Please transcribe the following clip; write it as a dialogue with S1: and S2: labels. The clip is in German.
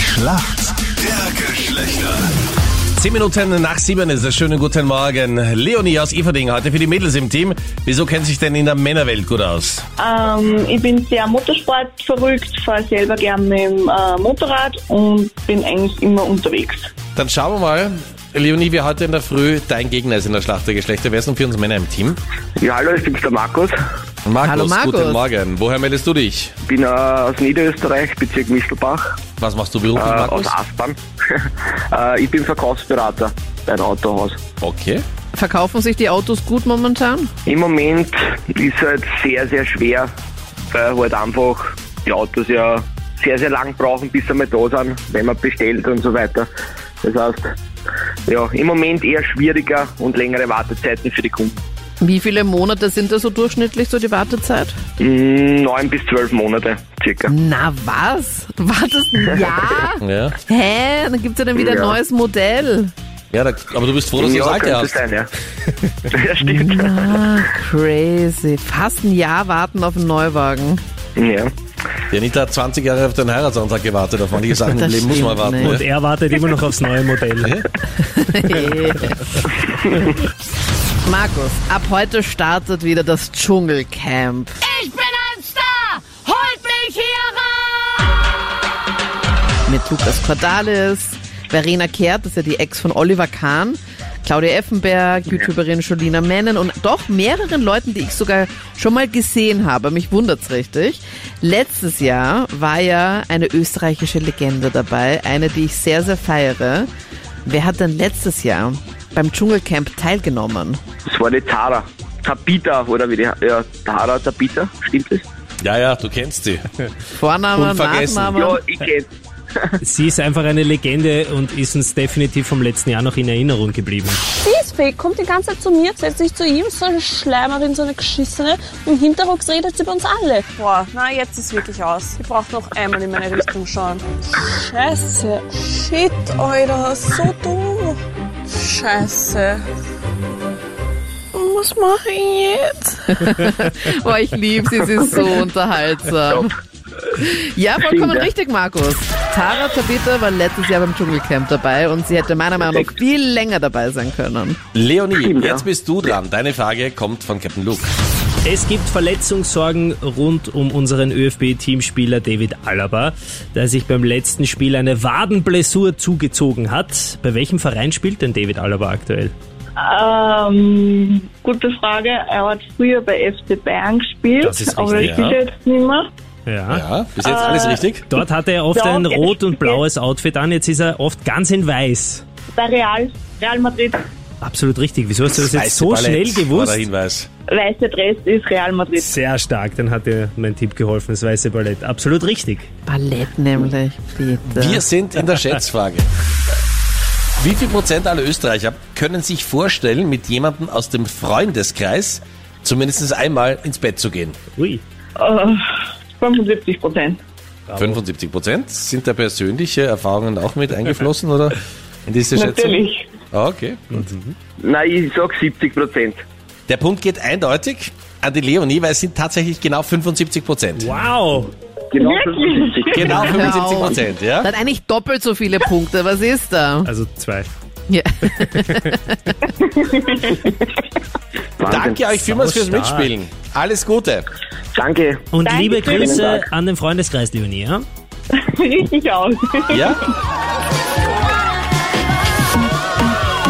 S1: Schlacht der Geschlechter.
S2: Zehn Minuten nach sieben ist es. Schönen guten Morgen. Leonie aus Everding heute für die Mädels im Team. Wieso kennt sich denn in der Männerwelt gut aus?
S3: Ähm, ich bin sehr Motorsport verrückt, fahre selber gern mit dem äh, Motorrad und bin eigentlich immer unterwegs.
S2: Dann schauen wir mal, Leonie, wer heute in der Früh dein Gegner ist in der Schlacht der Geschlechter. Wer ist denn für uns Männer im Team?
S4: Ja, hallo, ich bin's der Markus.
S2: Markus,
S5: Hallo, Markus.
S2: guten Morgen. Woher meldest du dich?
S4: Bin äh, aus Niederösterreich, Bezirk Mistelbach,
S2: Was machst du beruflich,
S4: äh,
S2: Markus?
S4: aus Aspern. äh, ich bin Verkaufsberater bei einem Autohaus.
S2: Okay.
S5: Verkaufen sich die Autos gut momentan?
S4: Im Moment ist halt sehr, sehr schwer, weil halt einfach die Autos ja sehr, sehr lang brauchen, bis sie mal da sind, wenn man bestellt und so weiter. Das heißt, ja, im Moment eher schwieriger und längere Wartezeiten für die Kunden.
S5: Wie viele Monate sind da so durchschnittlich so die Wartezeit?
S4: Mm, Neun bis zwölf Monate circa.
S5: Na was? Wartest ein Jahr?
S2: Ja.
S5: Hä? Dann gibt's ja dann wieder ein
S4: Ja.
S5: neues Modell.
S2: Ja, da, aber du bist froh, dass du das alte
S4: könnte
S2: hast.
S4: sein, ja. ja, stimmt.
S5: Ah, crazy. Fast ein Jahr warten auf einen Neuwagen.
S4: ja.
S2: Janita hat 20 Jahre auf den Heiratsantrag gewartet. Auf manche Sachen im
S5: Das
S2: Leben muss man
S5: stimmt
S2: warten.
S5: nicht.
S2: ja.
S6: Und er wartet immer noch aufs neue Modell.
S5: Markus, ab heute startet wieder das Dschungelcamp.
S7: Ich bin ein Star! Holt mich hier raus!
S5: Mit Lukas Cordalis, Verena Kehrt, das ist ja die Ex von Oliver Kahn, Claudia Effenberg, YouTuberin Jolina Mennen und doch mehreren Leuten, die ich sogar schon mal gesehen habe. Mich wundert's richtig. Letztes Jahr war ja eine österreichische Legende dabei, eine, die ich sehr, sehr feiere. Wer hat denn letztes Jahr beim Dschungelcamp teilgenommen?
S4: Das war die Tara. Tapita, oder wie die, ja, Tara Tapita, stimmt das?
S2: ja, ja, du kennst sie.
S5: Vorname,
S2: Unvergessen.
S4: Ja,
S5: Nachname?
S4: ich kenn's.
S6: Sie ist einfach eine Legende und ist uns definitiv vom letzten Jahr noch in Erinnerung geblieben.
S8: Die ist fake, kommt die ganze Zeit zu mir, setzt sich zu ihm, so eine Schleimerin, so eine Geschissene. Im Hinterrücks redet sie bei uns alle. Boah, na jetzt ist wirklich aus. Ich brauch noch einmal in meine Richtung schauen. Scheiße. Shit, Alter, so dumm. Scheiße. Was mache ich jetzt?
S5: Oh, ich liebe sie, sie ist so unterhaltsam. Ja, vollkommen
S4: Stimmt, ja.
S5: richtig, Markus. Tara Tabita war letztes Jahr beim Dschungelcamp dabei und sie hätte meiner Meinung nach
S4: Perfekt.
S5: viel länger dabei sein können.
S2: Leonie,
S4: Stimmt, ja.
S2: jetzt bist du dran. Deine Frage kommt von Captain Luke.
S6: Es gibt Verletzungssorgen rund um unseren ÖFB-Teamspieler David Alaba, der sich beim letzten Spiel eine Wadenblessur zugezogen hat. Bei welchem Verein spielt denn David Alaba aktuell?
S3: Ähm, gute Frage. Er hat früher bei FC Bayern gespielt,
S2: Das ist
S3: aber
S2: richtig,
S3: ich spiele
S2: ja.
S3: jetzt nicht mehr.
S6: Ja.
S2: Ja, bis
S5: Äh,
S2: jetzt alles richtig?
S6: Dort hatte er oft
S3: Ja,
S6: ein
S3: er
S6: rot und
S3: spielt-
S6: blaues Outfit an, jetzt ist er oft ganz in weiß.
S3: Bei Real, Real Madrid.
S6: Absolut richtig. Wieso hast du das jetzt
S2: Weiße
S6: so
S2: Ballett
S6: schnell
S2: War
S6: gewusst?
S2: der Hinweis.
S3: Weiße Dress ist Real Madrid.
S6: Sehr stark, dann hat dir mein Tipp geholfen, das weiße Ballett. Absolut richtig.
S5: Ballett nämlich, bitte.
S2: Wir sind in der Schätzfrage. Wie viel Prozent aller Österreicher können sich vorstellen, mit jemandem aus dem Freundeskreis zumindest einmal ins Bett zu gehen?
S6: Ui.
S3: Äh, 75 Prozent.
S2: 75 Prozent. Sind da persönliche Erfahrungen auch mit eingeflossen oder in diese Schätzung?
S3: Natürlich.
S2: Ah, okay.
S4: Nein, ich sag 70 Prozent.
S2: Der Punkt geht eindeutig an die Leonie, weil es sind tatsächlich genau 75 Prozent.
S6: Wow.
S4: Genau
S3: Wirklich?
S4: 75.
S2: Genau 75 Prozent, ja?
S5: Dann eigentlich doppelt so viele Punkte. Was ist da?
S6: Also zwei.
S5: Ja.
S4: Wahnsinn.
S2: Danke euch vielmals fürs
S6: Saustark.
S2: Mitspielen. Alles Gute.
S4: Danke.
S6: Und
S3: Danke
S6: liebe
S3: schön.
S4: Vielen
S6: Grüße
S4: Dank.
S6: an den Freundeskreis, Leonie. Ja?
S3: Richtig aus.
S2: Ja?